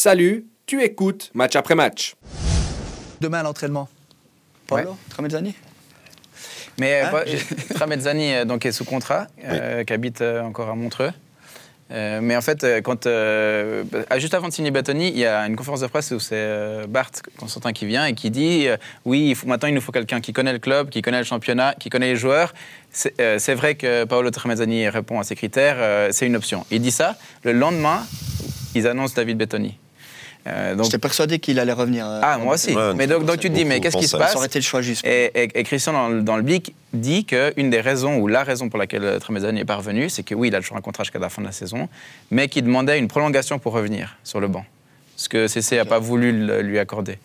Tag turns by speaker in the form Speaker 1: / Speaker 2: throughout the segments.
Speaker 1: Salut, tu écoutes match après match.
Speaker 2: Demain à l'entraînement. Paolo,
Speaker 3: Ouais.
Speaker 2: Tramezzani
Speaker 3: Mais
Speaker 2: Hein
Speaker 3: euh, pas- j'ai- Tramezzani euh, donc, est sous contrat, euh, qui habite euh, encore à Montreux. Euh, mais en fait, euh, quand, euh, bah, ah, juste avant de signer Batoni, il y a une conférence de presse où c'est euh, Bart Constantin qui vient et qui dit euh, Oui, il faut, maintenant il nous faut quelqu'un qui connaît le club, qui connaît le championnat, qui connaît les joueurs. C'est euh, c'est vrai que Paolo Tramezzani répond à ces critères, euh, c'est une option. Il dit ça, le lendemain, ils annoncent David Batoni. Euh, donc,
Speaker 2: J'étais persuadé qu'il allait revenir. euh,
Speaker 3: ah, moi aussi.
Speaker 4: Ouais,
Speaker 3: mais donc, donc tu te dis Mais
Speaker 4: beaucoup
Speaker 3: qu'est-ce qui
Speaker 4: pensent
Speaker 3: se
Speaker 4: à ça.
Speaker 3: passe
Speaker 2: Ça aurait été le choix juste.
Speaker 3: et, et- et Christian, dans, le- dans le BIC, dit qu'une des raisons, ou la raison pour laquelle euh, Tremezani est parvenu, c'est que oui, il a toujours un contrat jusqu'à la fin de la saison, mais qu'il demandait une prolongation pour revenir sur le banc. Ce que CC n'a pas voulu le- lui accorder.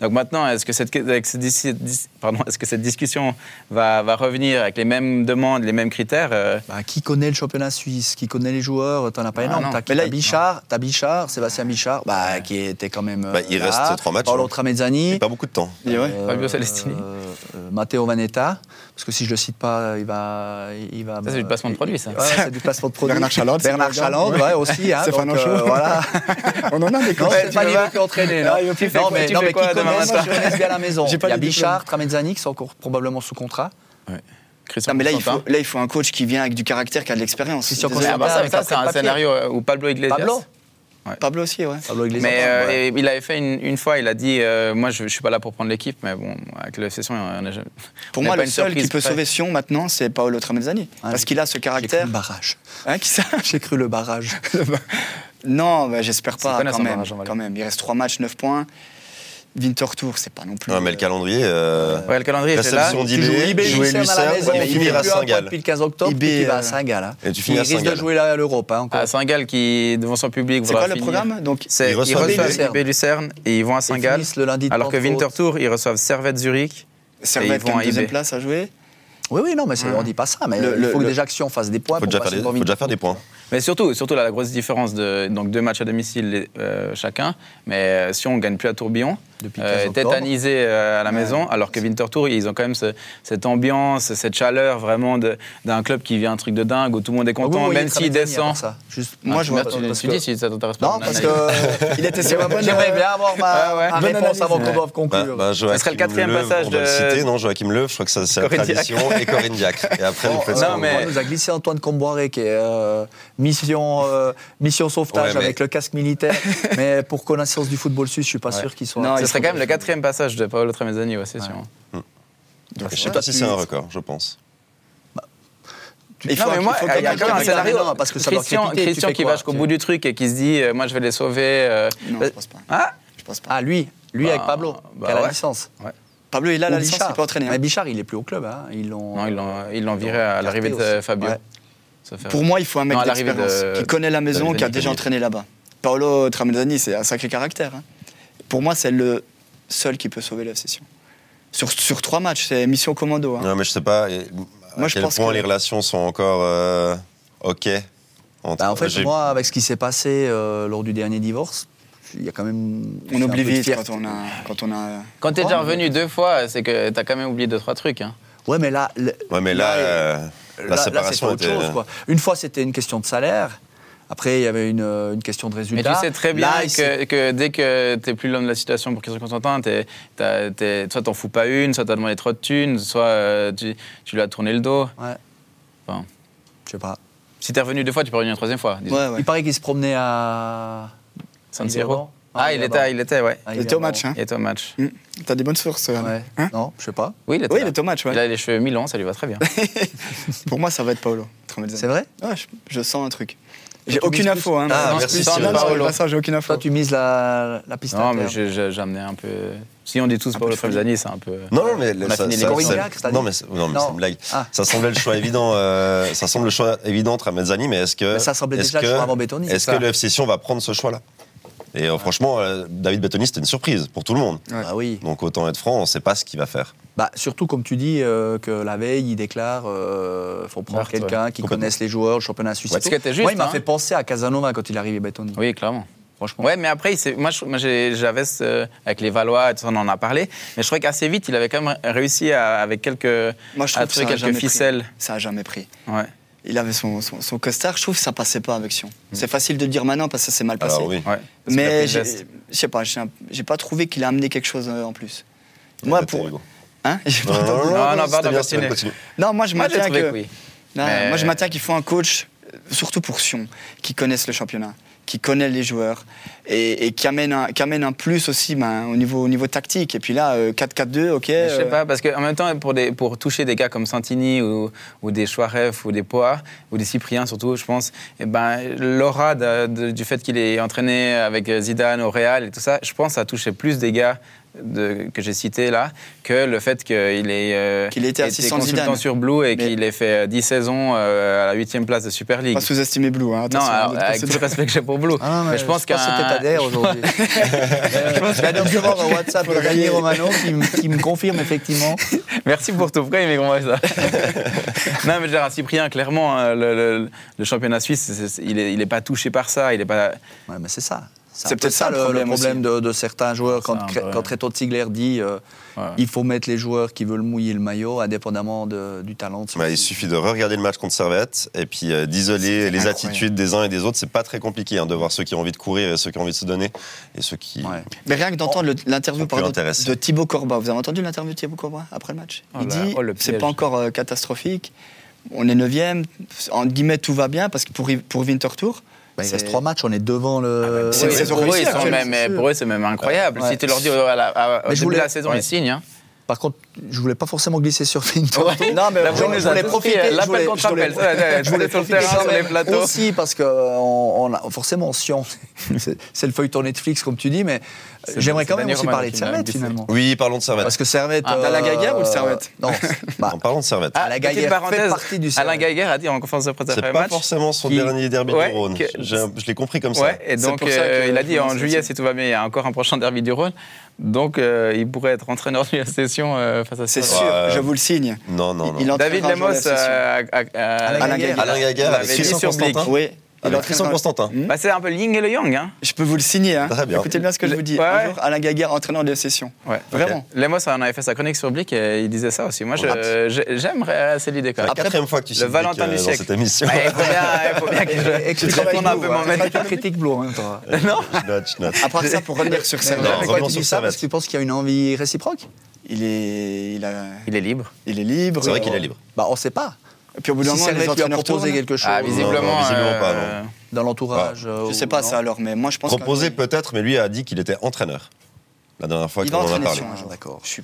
Speaker 3: Donc maintenant, est-ce que cette, avec cette dis- dis- pardon, est-ce que cette discussion va, va revenir avec les mêmes demandes, les mêmes critères euh,
Speaker 2: Bah, qui connaît le championnat suisse Qui connaît les joueurs T'en as pas
Speaker 3: Ah,
Speaker 2: énorme.
Speaker 3: non.
Speaker 2: T'as qui
Speaker 3: Mais là, Ah.
Speaker 2: T'as
Speaker 3: il-
Speaker 2: Bichard, t'as Bichard, Sébastien Bichard, bah, qui était quand même. euh,
Speaker 4: Bah, il
Speaker 2: là.
Speaker 4: reste trois matchs,
Speaker 2: Paolo
Speaker 4: hein.
Speaker 2: Tramezzani.
Speaker 4: Pas beaucoup de temps.
Speaker 2: euh,
Speaker 3: ouais. Fabio Celestini.
Speaker 2: euh, euh, Matteo Vanetta. Parce que si je le cite pas, il va. Il va
Speaker 3: Ça, c'est du placement de produit, ça.
Speaker 2: Ouais, c'est du placement de produit.
Speaker 5: Bernard Chalande, c'est
Speaker 2: Bernard
Speaker 5: une légende.
Speaker 2: Chalande, ouais, aussi. Hein,
Speaker 5: Stéphane
Speaker 2: donc, euh,
Speaker 5: Anchaud.
Speaker 2: voilà.
Speaker 5: On en a des
Speaker 2: Non,
Speaker 5: comme ça.
Speaker 2: c'est pas
Speaker 3: veux
Speaker 2: lui
Speaker 3: pas
Speaker 2: qui entraîner.
Speaker 3: Ah,
Speaker 2: Non,
Speaker 3: il veut- tu fais
Speaker 2: non
Speaker 3: quoi,
Speaker 2: mais,
Speaker 3: tu
Speaker 2: non,
Speaker 3: fais
Speaker 2: mais qui
Speaker 3: quoi demain
Speaker 2: connaissent,
Speaker 3: matin
Speaker 2: qui connaissent bien la maison.
Speaker 5: J'ai
Speaker 2: Il
Speaker 5: pas
Speaker 2: y a
Speaker 5: de diplôme.
Speaker 2: Bichard, Tramezzani qui sont encore probablement sous contrat.
Speaker 3: Christian
Speaker 2: Non, mais là,
Speaker 3: Constantin
Speaker 2: il
Speaker 6: Là, il faut un coach qui vient avec du caractère, qui a de l'expérience.
Speaker 2: Christian
Speaker 6: Désolé.
Speaker 3: Ah bah, ça,
Speaker 2: avec
Speaker 3: ça,
Speaker 2: un
Speaker 3: c'est un
Speaker 2: papier.
Speaker 3: scénario euh, où Pablo Iglesias.
Speaker 2: Pablo
Speaker 6: Pablo aussi, ouais.
Speaker 2: Pablo Iglesias.
Speaker 3: Mais euh, et il avait fait une, une fois, il a dit euh, Moi, je ne suis pas là pour prendre l'équipe, mais bon, avec le session, on a jamais.
Speaker 6: Pour
Speaker 3: on n'a
Speaker 6: moi,
Speaker 3: pas
Speaker 6: le
Speaker 3: une
Speaker 6: seul
Speaker 3: surprise
Speaker 6: qui peut
Speaker 3: près.
Speaker 6: sauver Sion maintenant, c'est Paolo Tramezzani.
Speaker 2: Ah,
Speaker 6: parce
Speaker 2: j'ai-
Speaker 6: qu'il a ce
Speaker 2: J'ai cru
Speaker 6: caractère.
Speaker 2: le barrage.
Speaker 6: Hein, qui ça
Speaker 2: J'ai cru le barrage.
Speaker 6: Non, bah, j'espère
Speaker 3: C'est
Speaker 6: pas
Speaker 3: connasse,
Speaker 6: quand
Speaker 3: en
Speaker 6: même,
Speaker 3: barrage, en Valais.
Speaker 6: quand même. Il reste 3 matchs, 9 points. Winter Tour, c'est pas non plus.
Speaker 4: Ouais, mais le calendrier. euh,
Speaker 3: Ouais, le calendrier était là.
Speaker 4: Réception
Speaker 2: Tu joues IB,
Speaker 4: d'IB, jouer
Speaker 2: Lucerne à la
Speaker 4: Lucerne,
Speaker 2: maison,
Speaker 4: ouais, mais
Speaker 2: tu
Speaker 4: finir
Speaker 2: joues
Speaker 4: à
Speaker 2: plus un point
Speaker 4: Saint-Gall.
Speaker 2: depuis le 15 octobre,
Speaker 6: IB,
Speaker 2: puis tu vas à
Speaker 6: euh,
Speaker 2: Saint-Gall. hein.
Speaker 4: et tu finis
Speaker 2: Il
Speaker 4: à
Speaker 2: risque de
Speaker 4: Saint-Gall.
Speaker 2: jouer là à l'Europe hein, encore.
Speaker 3: À Saint-Gall, Ah, qui, devant son public,
Speaker 6: C'est quoi
Speaker 3: voudra
Speaker 6: le
Speaker 3: finir.
Speaker 6: programme Donc,
Speaker 3: C'est-
Speaker 4: Ils
Speaker 3: Ils
Speaker 4: reçoivent
Speaker 3: reçoivent
Speaker 2: Lucerne.
Speaker 3: IB Lucerne et ils vont à
Speaker 2: Ils
Speaker 3: Saint-Gall.
Speaker 2: finissent le lundi de
Speaker 3: Alors que
Speaker 2: Pentecôte.
Speaker 3: Winter Tour, ils reçoivent Servette Zurich.
Speaker 6: Servette,
Speaker 3: ils vont
Speaker 6: comme
Speaker 3: à
Speaker 6: deuxième
Speaker 3: IB.
Speaker 6: place à jouer.
Speaker 2: Oui, oui, non, mais
Speaker 3: Hmm.
Speaker 2: c'est- on dit pas ça. Mais
Speaker 6: Le-
Speaker 2: il faut
Speaker 6: le-
Speaker 2: que déjà que Sion fasse des points
Speaker 4: Faut
Speaker 2: pour
Speaker 4: déjà, faire
Speaker 2: passer
Speaker 4: des,
Speaker 2: devant
Speaker 4: faut déjà
Speaker 2: Winter.
Speaker 4: faire des points.
Speaker 3: Mais surtout, surtout là, la grosse différence de donc deux matchs à domicile les- euh, chacun. Mais euh, si on gagne plus à Tourbillon,
Speaker 2: Depuis
Speaker 3: euh,
Speaker 2: 15 octobre. Ah
Speaker 3: tétanisé euh, à la maison, alors que Winter Tour, ils ont quand même ce- cette ambiance, cette chaleur vraiment de- d'un club qui vit un truc de dingue où tout le monde est
Speaker 2: Ah, vous
Speaker 3: content,
Speaker 2: voyez
Speaker 3: même s'il
Speaker 2: Tramezzani avant
Speaker 3: descend.
Speaker 2: ça, Ah, Juste,
Speaker 6: Moi, je vois
Speaker 3: Tu,
Speaker 6: pas.
Speaker 3: tu,
Speaker 2: parce que-
Speaker 3: dis si ça t'intéresse pas.
Speaker 2: Non,
Speaker 3: mon
Speaker 2: parce
Speaker 3: analyse.
Speaker 2: que. Il était sur un J'aimerais bien avoir ma,
Speaker 3: Ah ouais.
Speaker 2: ma
Speaker 5: Bonne
Speaker 2: réponse
Speaker 5: analyse.
Speaker 2: avant qu'on doive
Speaker 4: Bah,
Speaker 2: conclure.
Speaker 4: bah, Joachim
Speaker 3: Ça serait le quatrième
Speaker 4: Löw,
Speaker 3: passage
Speaker 4: on doit le
Speaker 3: de-
Speaker 4: citer, non Joachim Löw, je crois que ça, c'est la
Speaker 3: Corinne Diacre.
Speaker 4: tradition. Et Corinne Diacre. Et après, vous faites ce
Speaker 3: non,
Speaker 4: que vous
Speaker 3: mais-
Speaker 4: voulez.
Speaker 2: On Euh, nous a glissé Antoine Comboiré qui est euh, mission, euh, mission sauvetage
Speaker 4: Ouais, mais-
Speaker 2: avec le casque militaire. mais pour connaissance du football suisse, je suis pas sûr qu'il soit.
Speaker 6: Non,
Speaker 3: Ce
Speaker 6: il
Speaker 3: serait
Speaker 6: faut-
Speaker 3: quand même le quatrième passage de Paolo Tramezzani, ouais, c'est sûr.
Speaker 4: Je sais pas si c'est un record, je pense.
Speaker 2: Tu-
Speaker 6: Il faut
Speaker 3: Non, mais
Speaker 6: un-
Speaker 3: moi,
Speaker 6: il faut
Speaker 3: il y a
Speaker 6: quelqu'un
Speaker 3: quand même un
Speaker 6: qui
Speaker 3: scénario.
Speaker 2: Non, parce que ça doit
Speaker 3: Christian,
Speaker 2: crépiter, tu
Speaker 3: Christian
Speaker 2: fais
Speaker 3: qui
Speaker 2: quoi
Speaker 3: va jusqu'au
Speaker 2: Tu-
Speaker 3: bout du truc et qui se dit euh, Moi, je vais les sauver. euh,
Speaker 6: Non, je pense pas.
Speaker 3: Ah
Speaker 6: Je pense pas.
Speaker 2: Ah, lui, lui
Speaker 3: Bah,
Speaker 2: avec Pablo,
Speaker 3: bah
Speaker 2: qui a la
Speaker 3: ouais.
Speaker 2: licence.
Speaker 6: Pablo, il a
Speaker 2: Ou
Speaker 6: la licence,
Speaker 2: Bichard.
Speaker 6: il peut entraîner. hein.
Speaker 2: Mais Bichard, il est plus au club. hein. Ils l'ont.
Speaker 3: Non, ils l'ont- ils l'ont viré à l'arrivée
Speaker 2: Carté
Speaker 3: de
Speaker 2: aussi.
Speaker 3: Fabio.
Speaker 2: Ouais.
Speaker 3: Ça fait-
Speaker 6: Pour moi, il faut un mec
Speaker 3: Euh, Non, à l'arrivée
Speaker 6: d'expérience
Speaker 3: de-
Speaker 6: qui connaît la maison,
Speaker 4: d'Albani,
Speaker 6: qui a déjà
Speaker 4: Albani.
Speaker 6: entraîné là-bas. Paolo Tramezzani, c'est un sacré caractère. hein. Pour moi, c'est le seul qui peut sauver la session. Sur, sur trois matchs, c'est mission commando. hein.
Speaker 4: Non, mais je sais pas. et- à
Speaker 6: Moi, je
Speaker 4: quel
Speaker 6: pense
Speaker 4: point
Speaker 6: que-
Speaker 4: les relations sont encore euh, OK entre-
Speaker 2: Bah, en fait,
Speaker 4: j'ai-
Speaker 2: moi, avec ce qui s'est passé euh, lors du dernier divorce, il y a quand même. c'est
Speaker 6: On
Speaker 2: un
Speaker 6: oublie
Speaker 2: peu de
Speaker 6: vite quand
Speaker 2: fierté.
Speaker 6: on a. Quand on a...
Speaker 3: Quand t'es
Speaker 2: Oh,
Speaker 3: déjà
Speaker 2: mais-
Speaker 3: revenu deux fois, c'est que t'as quand même oublié deux, trois trucs. hein.
Speaker 2: Ouais, mais là. le-
Speaker 4: Ouais, mais là,
Speaker 2: là,
Speaker 4: euh, la
Speaker 2: là- là,
Speaker 4: séparation
Speaker 2: c'était
Speaker 4: était.
Speaker 2: autre chose, quoi. Une fois, c'était une question de salaire. Après, il y avait une, euh, une question de
Speaker 3: Mais
Speaker 2: résultat.
Speaker 3: tu sais très bien
Speaker 2: Là, il s'est-
Speaker 3: que, que dès que t'es plus l'homme de la situation pour Christian Constantin, t'es, t'as- t'es- soit t'en fous pas une, soit t'as demandé trop de thunes, soit euh, tu, tu lui as tourné le dos.
Speaker 2: Ouais.
Speaker 3: Enfin.
Speaker 2: Je sais pas.
Speaker 3: Si t'es revenu deux fois, tu peux revenir une troisième fois. disons.
Speaker 6: Ouais, Ah ouais.
Speaker 2: Il paraît qu'il se promenait à.
Speaker 3: San Siro.
Speaker 2: Bilbao.
Speaker 3: Ah, il était, il était, ouais.
Speaker 2: à
Speaker 6: Il était au
Speaker 2: Bilbao.
Speaker 6: match. Hein.
Speaker 3: Il était au match.
Speaker 6: T'as des bonnes sources. euh,
Speaker 2: Ouais.
Speaker 6: hein
Speaker 2: non, je sais pas.
Speaker 3: Oui, il était,
Speaker 6: oui,
Speaker 3: là.
Speaker 6: il était au match. ouais.
Speaker 3: Il a les cheveux mi-longs, ça lui va très bien.
Speaker 6: Pour moi, ça va être Paolo Tramezzani.
Speaker 2: C'est vrai
Speaker 6: Ouais, je, je sens un truc.
Speaker 2: Et tu
Speaker 6: J'ai
Speaker 2: mises plus-
Speaker 6: aucune info. Hein,
Speaker 2: Ah,
Speaker 6: mais-
Speaker 2: non,
Speaker 4: merci,
Speaker 6: Non,
Speaker 4: Sylvain.
Speaker 6: non, sur le
Speaker 4: Paolo.
Speaker 6: passage, j'ai aucune info.
Speaker 2: Toi, tu mises la, la piste
Speaker 3: non,
Speaker 2: interne.
Speaker 3: mais je- je- j'amenais un peu. Si on dit tous Paolo
Speaker 6: peu de folie.
Speaker 3: Trevzani, c'est un peu.
Speaker 4: Non, non, mais
Speaker 3: a
Speaker 4: ça,
Speaker 3: fini les
Speaker 4: ça-
Speaker 2: Corinne
Speaker 4: ça-
Speaker 2: Diacre, c'est-à-dire
Speaker 4: non, mais, c'est- non, mais
Speaker 2: Non.
Speaker 4: c'est une blague.
Speaker 2: Ah.
Speaker 4: Ça semblait le choix évident. euh, ça semble le choix évident entre Mezzani, mais est-ce que
Speaker 2: Mais ça semblait
Speaker 4: est-ce
Speaker 2: déjà le
Speaker 4: que-
Speaker 2: choix avant Bettoni, c'est
Speaker 4: Est-ce que
Speaker 2: ça.
Speaker 4: le FC Sion va prendre ce choix-là Et euh, franchement, euh, David Bettoni, c'était une surprise pour tout le monde.
Speaker 2: Bah oui.
Speaker 4: Donc autant être franc, on ne sait pas ce qu'il va faire.
Speaker 2: Bah, surtout, comme tu dis, euh, que la veille, il déclare euh, faut prendre
Speaker 3: Barthes,
Speaker 2: quelqu'un qui
Speaker 4: Complètement.
Speaker 2: connaisse les joueurs, le championnat suisse. et
Speaker 3: Ouais, parce
Speaker 2: tout.
Speaker 3: que t'es juste,
Speaker 2: Moi, il m'a
Speaker 3: hein.
Speaker 2: fait penser à Casanova quand il arrive à Bétoni.
Speaker 3: euh, Oui, clairement.
Speaker 2: Franchement.
Speaker 3: Ouais, mais après, il s'est- moi, je- moi, j'ai- j'avais ce- avec les Valois, et tout ça, on en a parlé, mais je trouvais qu'assez vite, il avait quand même réussi à, avec quelques,
Speaker 6: Moi, je
Speaker 3: à
Speaker 6: trouve que ça
Speaker 3: trouver
Speaker 6: a
Speaker 3: quelques
Speaker 6: jamais pris.
Speaker 3: ficelles.
Speaker 6: Ça a jamais pris.
Speaker 3: Ouais.
Speaker 6: Il avait son, son- son costard. Je trouve que ça passait pas avec
Speaker 3: Mm.
Speaker 6: Sion. C'est facile de le dire maintenant parce que ça s'est
Speaker 3: Ah
Speaker 6: mal passé.
Speaker 4: Alors oui.
Speaker 3: Ouais.
Speaker 6: Mais j'ai-
Speaker 3: Parce que la prise
Speaker 6: je sais pas, j'ai un- j'ai pas trouvé qu'il a amené quelque chose euh, en plus.
Speaker 4: Ouais,
Speaker 6: Moi,
Speaker 4: bah, t'es
Speaker 6: pour.
Speaker 4: Hugo.
Speaker 6: Hein J'ai pas
Speaker 4: Non,
Speaker 6: entendu.
Speaker 4: non,
Speaker 3: Non, non,
Speaker 4: c'était
Speaker 3: pardon,
Speaker 4: bien,
Speaker 3: continue.
Speaker 4: c'était bien, continue.
Speaker 6: Non, moi je
Speaker 3: Moi, j'ai
Speaker 6: maintiens
Speaker 3: trouvé
Speaker 6: que.
Speaker 3: que oui.
Speaker 6: Non,
Speaker 3: Mais-
Speaker 6: Moi je maintiens qu'il faut un coach, euh, surtout pour Sion, qui connaisse le championnat, qui connaît les joueurs et, et qui, amène un, qui amène un plus aussi ben, au, niveau, au niveau tactique. Et puis là, euh, 4-4-2, ok.
Speaker 3: Mais Je sais
Speaker 6: euh,
Speaker 3: pas, parce qu'en même temps, pour, des- pour toucher des gars comme Santini ou, ou des Chouaref ou des Poa ou des Cyprien surtout, je pense, eh ben, l'aura de- de- du fait qu'il est entraîné avec Zidane au Real et tout ça, je pense que ça a touché plus des gars de- que j'ai cités là que le fait qu'il ait euh,
Speaker 6: Qu'il ait été assistant de
Speaker 3: consultant
Speaker 6: Zidane.
Speaker 3: sur Blue et
Speaker 6: Mais-
Speaker 3: qu'il ait fait euh, 10 saisons euh, à la 8 place de Super League.
Speaker 6: Pas sous-estimer Blue. Hein,
Speaker 3: Non,
Speaker 6: attention,
Speaker 3: alors,
Speaker 6: notre
Speaker 3: avec tout le
Speaker 6: procédure.
Speaker 3: respect que j'ai pour Blue.
Speaker 2: Ah non,
Speaker 3: mais, je pense qu'un.
Speaker 2: que t'as d'air aujourd'hui. Je viens de recevoir un WhatsApp de Daniel Romano qui, me- qui me confirme effectivement.
Speaker 3: Merci pour tout. Pourquoi il m'égrenvoie ça Non, mais je veux dire, à Cyprien, clairement, hein, le, le- le championnat suisse, c'est- c'est- il n'est il est pas touché par ça. Il est pas...
Speaker 2: Ouais, mais c'est ça.
Speaker 6: C'est
Speaker 2: un peu
Speaker 6: peut-être ça, le
Speaker 2: le
Speaker 6: problème
Speaker 2: problème de, de certains joueurs. Quand,
Speaker 3: un
Speaker 2: Cre-
Speaker 3: peu,
Speaker 2: quand
Speaker 3: ouais.
Speaker 2: Reto Ziegler dit euh,
Speaker 3: Ouais.
Speaker 2: il faut mettre les joueurs qui veulent mouiller le maillot, indépendamment de- du talent. de ceux
Speaker 4: Bah, il
Speaker 2: qui-
Speaker 4: suffit de regarder le match contre Servette et puis euh, d'isoler les
Speaker 6: incroyable.
Speaker 4: attitudes des uns et des autres. C'est pas très compliqué hein, de voir ceux qui ont envie de courir et ceux qui ont envie de se donner et ceux qui.
Speaker 2: Ouais.
Speaker 6: Mais rien que d'entendre le- l'interview
Speaker 4: On peut
Speaker 6: pardon,
Speaker 4: intéresser.
Speaker 6: de Thibaut Corba. Vous avez entendu l'interview de Thibaut Corba après le match
Speaker 3: Oh
Speaker 6: Il
Speaker 3: là,
Speaker 6: dit
Speaker 3: oh, le
Speaker 6: c'est
Speaker 3: piège.
Speaker 6: pas encore euh, catastrophique. On est 9 en guillemets, tout va bien, parce que pour, pour Winter Tour,
Speaker 2: Bah, il
Speaker 6: c'est- Ah, bah,
Speaker 2: reste trois matchs, on est devant le.
Speaker 6: c'est-
Speaker 3: Oui,
Speaker 6: Euh, c'est-
Speaker 2: Ouais.
Speaker 6: saison
Speaker 3: pour, eux,
Speaker 6: réussie,
Speaker 3: ils sont
Speaker 6: actuelle,
Speaker 3: même-
Speaker 6: c'est sûr.
Speaker 3: pour eux, c'est même incroyable.
Speaker 2: Ouais.
Speaker 3: Si tu leur dis euh, à la, à- au
Speaker 2: Mais je
Speaker 3: début
Speaker 2: voulais-
Speaker 3: de la saison,
Speaker 2: ouais.
Speaker 3: ils signent. hein.
Speaker 2: Par contre, je voulais pas forcément glisser sur Finton.
Speaker 6: Non,
Speaker 3: La
Speaker 6: mais Bah, je
Speaker 3: Brune nous a
Speaker 6: voulais
Speaker 3: tous
Speaker 6: profiter,
Speaker 2: euh,
Speaker 3: fait
Speaker 6: je
Speaker 3: euh, l'appel
Speaker 6: voulais-
Speaker 3: contre
Speaker 6: je voulais-
Speaker 3: appel. Ouais, ouais,
Speaker 6: je voulais
Speaker 3: sur le
Speaker 6: profiter
Speaker 3: terrain,
Speaker 6: quand
Speaker 3: sur les
Speaker 6: même.
Speaker 3: plateaux.
Speaker 2: Aussi parce que euh, on, on a forcément Sion, c'est c'est le feuilleton Netflix comme tu dis, mais euh,
Speaker 3: C'est-
Speaker 2: j'aimerais
Speaker 3: c'est
Speaker 2: quand même
Speaker 3: Daniel
Speaker 2: aussi
Speaker 3: Romano
Speaker 2: parler de
Speaker 3: qui m'a
Speaker 2: Servette
Speaker 3: glissé.
Speaker 2: finalement.
Speaker 4: Oui, parlons de Servette.
Speaker 2: Parce que Servette. euh,
Speaker 6: Ah, Alain Gaillard ou le Servette
Speaker 2: Non, bah,
Speaker 4: En parlant de Servette,
Speaker 2: Ah, Alain
Speaker 3: petite
Speaker 2: Gaillard fait
Speaker 3: parenthèse,
Speaker 2: partie du
Speaker 3: Alain
Speaker 2: Servette.
Speaker 3: Gaillard a dit en conférence de presse
Speaker 4: c'est
Speaker 3: après
Speaker 4: pas
Speaker 3: le match.
Speaker 4: forcément son
Speaker 3: qui-
Speaker 4: dernier derby
Speaker 3: Ouais,
Speaker 4: du Rhône.
Speaker 3: que-
Speaker 4: J'ai- Je l'ai compris comme ça.
Speaker 3: Ouais, et
Speaker 6: C'est
Speaker 3: donc
Speaker 6: pour ça
Speaker 3: euh,
Speaker 6: que
Speaker 3: il a
Speaker 6: je
Speaker 3: dit en
Speaker 6: pense
Speaker 3: juillet,
Speaker 6: aussi.
Speaker 3: si tout va bien, il y a encore un prochain derby du Rhône. Donc euh, il pourrait être entraîneur de la session euh, face à
Speaker 6: C'est
Speaker 3: Servette.
Speaker 6: sûr,
Speaker 4: Ouais.
Speaker 6: je vous le signe.
Speaker 4: Non, non, non.
Speaker 6: Il entraînera
Speaker 3: David
Speaker 6: un jour la
Speaker 3: Lemos,
Speaker 6: session.
Speaker 3: euh, à- à- à-
Speaker 2: Alain Gaillard.
Speaker 4: Alain
Speaker 3: On
Speaker 4: Gaillard avec
Speaker 3: l'avait dit
Speaker 4: Christian
Speaker 3: sur Blick.
Speaker 2: Ah,
Speaker 4: Constantin.
Speaker 6: Oui, il
Speaker 4: Avec Christian
Speaker 6: entraînera-
Speaker 4: Constantin.
Speaker 6: Hmm
Speaker 3: Bah, c'est un peu le yin et le yang. Hein.
Speaker 6: Je peux vous le signer. Hein.
Speaker 4: Très bien.
Speaker 6: Écoutez bien ce que je vous dis.
Speaker 3: Ouais,
Speaker 6: Un
Speaker 3: ouais.
Speaker 6: jour, Alain Gaguerre, entraîneur de session.
Speaker 3: Ouais.
Speaker 6: Vraiment.
Speaker 3: Lemos on avait fait sa chronique sur Blick et il disait ça aussi. Moi, je-
Speaker 4: Ah.
Speaker 3: je- j'aimerais assez l'idée quand
Speaker 4: C'est la
Speaker 3: même.
Speaker 4: quatrième fois que tu
Speaker 3: le
Speaker 4: cites Blick,
Speaker 3: Valentin
Speaker 4: euh,
Speaker 3: du
Speaker 4: dans
Speaker 3: siècle.
Speaker 4: cette émission.
Speaker 3: Ouais, il faut bien, il faut bien que je,
Speaker 2: Et
Speaker 3: que je retourne un
Speaker 2: hein.
Speaker 3: peu mon maître.
Speaker 2: critique Blue hein, en même temps.
Speaker 3: Non
Speaker 4: Notch, notch.
Speaker 6: À part ça, pour revenir sur
Speaker 2: Mais
Speaker 4: Non,
Speaker 6: Servette,
Speaker 2: pourquoi
Speaker 4: revenons
Speaker 2: tu
Speaker 4: sur
Speaker 2: dis ça
Speaker 4: Servette.
Speaker 2: Parce que tu penses qu'il y a une envie réciproque
Speaker 6: il est, il, a-
Speaker 3: Il est libre.
Speaker 6: il est libre.
Speaker 4: C'est vrai qu'il est libre.
Speaker 2: Bah, on sait pas.
Speaker 6: Et puis au bout d'un
Speaker 2: Si
Speaker 6: moment, les
Speaker 2: Servette lui a
Speaker 6: entraîneurs
Speaker 2: proposé
Speaker 6: tournent.
Speaker 2: quelque chose
Speaker 3: Ah,
Speaker 4: non,
Speaker 3: visiblement.
Speaker 4: visiblement
Speaker 3: euh,
Speaker 4: pas, non.
Speaker 2: dans l'entourage. euh,
Speaker 6: Je
Speaker 2: ou
Speaker 6: sais pas
Speaker 2: non.
Speaker 6: ça alors, mais moi je pense
Speaker 4: Proposé
Speaker 6: qu'un jour,
Speaker 4: peut-être, mais lui a dit qu'il était entraîneur. La dernière fois
Speaker 6: Il
Speaker 4: qu'on
Speaker 6: va
Speaker 4: en a
Speaker 6: entraîner
Speaker 4: parlé.
Speaker 6: sur un jour.
Speaker 2: D'accord.
Speaker 6: Je suis